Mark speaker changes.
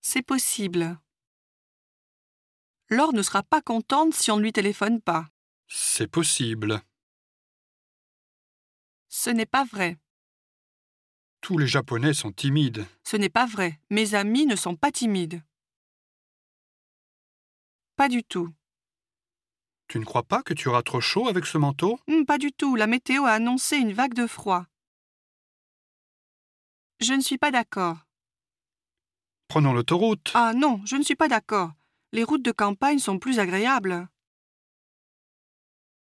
Speaker 1: C'est possible. Laure ne sera pas contente si on ne lui téléphone pas.
Speaker 2: C'est possible.
Speaker 1: Ce n'est pas vrai.
Speaker 2: Tous les Japonais sont timides.
Speaker 1: Ce n'est pas vrai. Mes amis ne sont pas timides. Pas du tout.
Speaker 2: Tu ne crois pas que tu auras trop chaud avec ce manteau
Speaker 1: Hmm, pas du tout. La météo a annoncé une vague de froid. Je ne suis pas d'accord.
Speaker 2: Prenons l'autoroute.
Speaker 1: Ah non, je ne suis pas d'accord. Les routes de campagne sont plus agréables.